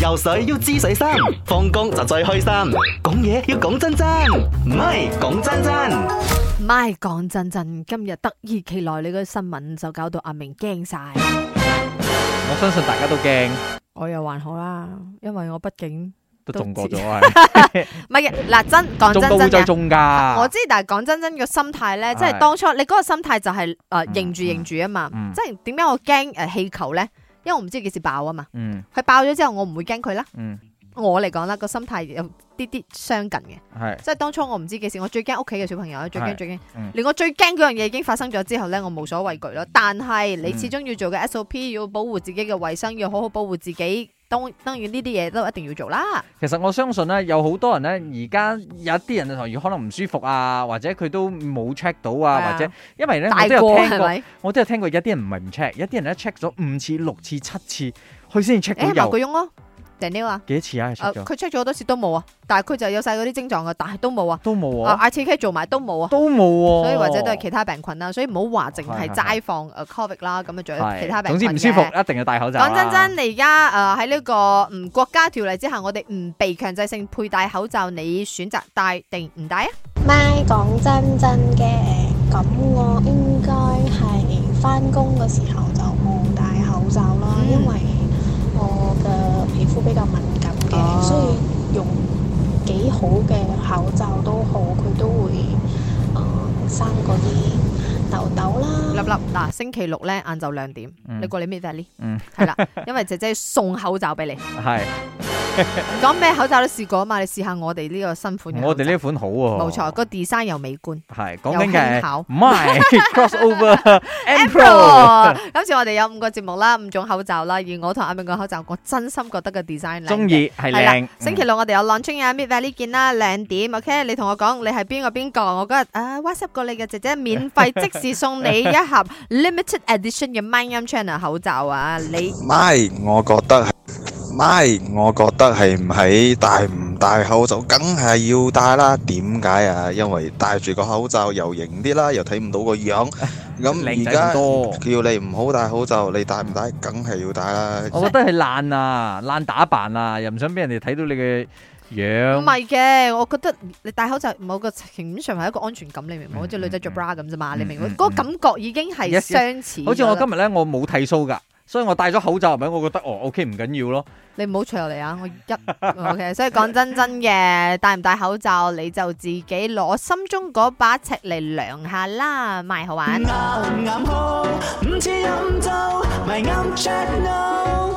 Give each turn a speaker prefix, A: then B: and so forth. A: 游水要知水深，放工就最開心。講嘢要講真真，唔係講真真。
B: 唔係講真真，今日突如其來你個新聞就搞到阿明驚晒，
C: 我相信大家都驚，
B: 我又還好啦，因為我畢竟
C: 都
B: 都
C: 中過
B: 知
C: 咗係，
B: 唔係嘅嗱真講
C: 中
B: 真
C: 到會
B: 真
C: 再
B: 嘅。
C: 中㗎。
B: 我知，但係講真真嘅心態咧，即
C: 係
B: 係當初你嗰個心態就係誒
C: 嗯
B: 認住認住啊嘛，
C: 嗯
B: 即係點解我驚誒氣球咧？因為我唔知幾時爆啊嘛，
C: 嗯
B: 佢爆咗之後我唔會驚佢啦。
C: 嗯
B: 我嚟講啦，個心態有啲啲相近嘅，
C: 係
B: 即係當初我唔知幾時，我最驚屋企嘅小朋友，最驚
C: 係
B: 最驚
C: 嗯，
B: 連我最驚嗰樣嘢已經發生咗之後咧，我無所畏懼咯。但係你
C: 嗯
B: 始終要做嘅 SOP，要保護自己嘅衞生，要好好保護自己。當當然呢啲嘢都一定要做啦。
C: 其實我相信咧，有好多人咧，而家有一啲人例如可能唔舒服啊，或者佢都冇 check 到
B: 係
C: 啊，
B: 啊
C: 或者因為咧，
B: 大
C: 我都
B: 個
C: 有聽
B: 係
C: 過，
B: 咪？
C: 我都有聽過有啲人唔係唔 check，有啲人咧 check 咗五次、六次、七次，佢先至 check
B: 誒，
C: 到
B: 麥
C: 有
B: 桂翁咯 d a 啊，
C: 幾多次啊
B: 誒
C: 佢？check 咗
B: 佢 check 咗好多次都冇啊，但係佢就有晒嗰啲症狀嘅，但係都冇啊。
C: 都冇
B: 啊
C: 喎，
B: I T K 做埋都冇啊。
C: 都冇喎，
B: 所以或者都係其他病菌啦，所以唔好話淨係
C: 係係
B: 齋放誒 covid 啦，咁啊仲有
C: 係
B: 其他病
C: 總
B: 菌
C: 之唔舒
B: 嘅
C: 服，一定要戴口罩啦。啊
B: 講真真，你而家誒喺呢個嗯國家條例之下，我哋唔被強制性佩戴口罩，你選擇戴定唔戴啊？
D: 咪講真真嘅，咁我應該係翻工嘅時候就冇戴口罩啦，
B: 嗯
D: 因為我嘅皮膚比較敏感嘅，
B: 哦
D: 所以用幾好嘅口罩都好，佢都會誒生嗰啲痘痘
B: 粒
D: 啦。
B: 粒嗱，星期六咧晏晝兩點，
C: 嗯
B: 你過嚟咩 v a l l
C: 嗯
B: 係啦，因為姐姐送口罩俾你，
C: 係
B: 講咩口罩都試過啊嘛，你試下我哋呢個新款嘅口罩，
C: 我哋呢款好喎，
B: 冇錯，個 design 又美觀。
C: 係講緊
B: 有輕
C: 嘅
B: 巧
C: 唔 係 crossover M Pro，
B: Pro，今次我哋有五個節目啦，五種口罩啦，而我同阿明個口罩，我真心覺得個 design 靚嘅
C: 中意係
B: 係啦
C: 靚。，嗯
B: 星期六我哋有 launching 啊，Mid Valley 見啦，靚點，OK？你同我講你係邊個邊個，我嗰日啊 WhatsApp 過你嘅姐姐，免費即時送你一 盒 limited edition 嘅 My Am Channel 口罩啊！你
E: 咪，我覺得係，咪，我覺得係唔係戴唔戴口罩，梗係要戴啦。點解啊？因為戴住個口罩又型啲啦，又睇唔到個 樣。
C: 靚
E: 咁
C: 仔
E: 而家
C: 咁 多
E: 叫你唔好戴口罩，你戴唔戴？梗係要戴啦。
C: 我覺得係爛啊，爛打扮啊，又唔想俾人哋睇到你嘅
B: 唔
C: 樣。
B: 係嘅，我覺得你戴口罩某個情面上係一個安全感，你明唔明？
C: 嗯
B: 好似女仔着
C: 嗯
B: bra 咁啫嘛，
C: 嗯
B: 你明唔
C: 嗯
B: 明？嗰個感覺已經係
C: Yes, yes
B: 相似。
C: 好似我今，日咧，我冇剃鬚噶，所以我戴咗口罩，咪我覺得哦，OK 唔緊要咯。
B: 你唔好除落嚟啊！我一 OK，所以講真真嘅，戴唔戴口罩你就自己攞心中嗰把尺嚟量下啦，咪好玩。
F: 啱啱好，唔似飲酒，咪啱 check no。